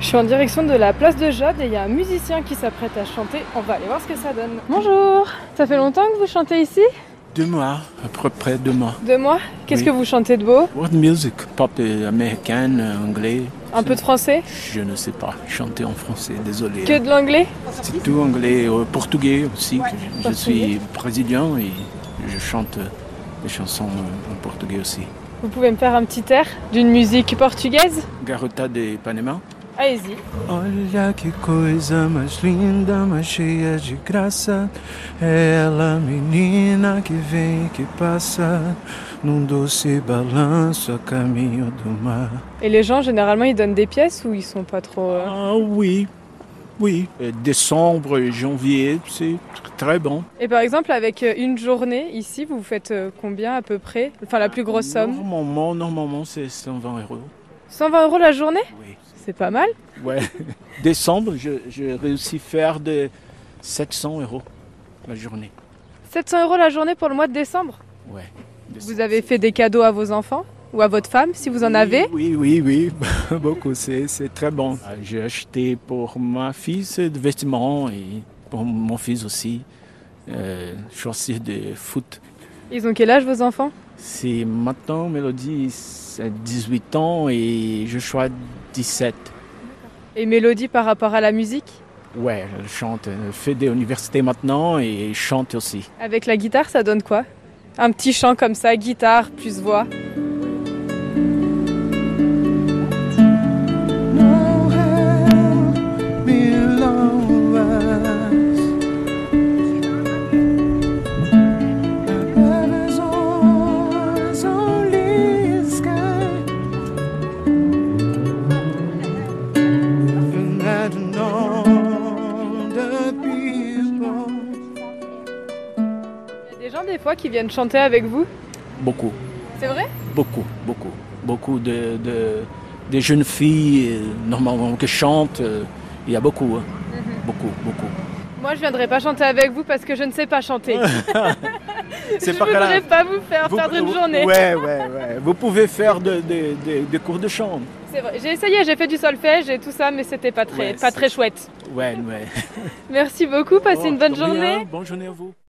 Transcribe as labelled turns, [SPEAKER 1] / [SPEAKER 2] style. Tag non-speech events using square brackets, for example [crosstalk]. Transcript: [SPEAKER 1] Je suis en direction de la place de Jade et il y a un musicien qui s'apprête à chanter. On va aller voir ce que ça donne. Bonjour Ça fait longtemps que vous chantez ici
[SPEAKER 2] Deux mois, à peu près deux mois.
[SPEAKER 1] Deux mois Qu'est-ce
[SPEAKER 2] Oui.
[SPEAKER 1] que vous chantez de beau
[SPEAKER 2] What music Pop euh, américaine, euh, anglais.
[SPEAKER 1] Un peu de français
[SPEAKER 2] Je ne sais pas chanter en français, désolé.
[SPEAKER 1] Que de l'anglais
[SPEAKER 2] C'est tout anglais, euh, portugais aussi. Je
[SPEAKER 1] portugais.
[SPEAKER 2] suis brésilien et je chante euh, des chansons euh, en portugais aussi.
[SPEAKER 1] Vous pouvez me faire un petit air d'une musique portugaise
[SPEAKER 2] Garota de Panama.
[SPEAKER 1] Allez-y.
[SPEAKER 2] Olha que coisa mais linda, mais cheia de graça. É ela, menina que vem e que passa, num doce balanço a caminho do mar.
[SPEAKER 1] Et les gens, généralement, ils donnent des pièces ou ils sont pas trop... euh,
[SPEAKER 2] Ah oui, oui. Euh, Décembre, et janvier, c'est tr- très bon.
[SPEAKER 1] Et par exemple, avec euh, une journée ici, vous faites euh, combien à peu près Enfin, la plus grosse somme
[SPEAKER 2] Normalement, normalement c'est 120 euros.
[SPEAKER 1] 120 euros la journée
[SPEAKER 2] Oui.
[SPEAKER 1] C'est pas mal.
[SPEAKER 2] Ouais. [laughs] Décembre, je, je réussis faire de 700 euros la journée.
[SPEAKER 1] 700 euros la journée pour le mois de décembre.
[SPEAKER 2] Ouais.
[SPEAKER 1] Vous avez fait des cadeaux à vos enfants ou à votre femme, si vous en
[SPEAKER 2] Oui,
[SPEAKER 1] avez
[SPEAKER 2] Oui, oui, oui, [laughs] beaucoup. C'est c'est très bon. Euh, J'ai acheté pour ma fille c'est des vêtements et pour mon fils aussi, euh, chaussures de foot.
[SPEAKER 1] Ils ont quel âge, vos enfants
[SPEAKER 2] C'est maintenant, Mélodie, c'est 18 ans et Joshua 17.
[SPEAKER 1] Et Mélodie par rapport à la musique
[SPEAKER 2] Ouais, elle chante, elle fait des universités maintenant et chante aussi.
[SPEAKER 1] Avec la guitare, ça donne quoi Un petit chant comme ça, guitare plus voix. Il y a des gens, des fois, qui viennent chanter avec vous.
[SPEAKER 2] Beaucoup.
[SPEAKER 1] C'est vrai
[SPEAKER 2] beaucoup, beaucoup, beaucoup de, de, de jeunes filles euh, normalement qui chantent. euh, Il y a beaucoup, hein. beaucoup, beaucoup.
[SPEAKER 1] Moi, je viendrai pas chanter avec vous parce que je ne sais pas chanter. [laughs] je
[SPEAKER 2] pas grave.
[SPEAKER 1] voudrais pas vous faire perdre une journée.
[SPEAKER 2] Ouais, ouais, ouais. Vous pouvez faire des de, de- des cours de chant.
[SPEAKER 1] C'est vrai. J'ai essayé, j'ai fait du solfège et tout ça, mais c'était pas très,
[SPEAKER 2] Ouais,
[SPEAKER 1] pas
[SPEAKER 2] c'est-
[SPEAKER 1] très chouette.
[SPEAKER 2] Ouais, ouais.
[SPEAKER 1] Merci beaucoup, passez
[SPEAKER 2] Oh,
[SPEAKER 1] une bonne
[SPEAKER 2] de rien.
[SPEAKER 1] journée.
[SPEAKER 2] Bonne journée à vous.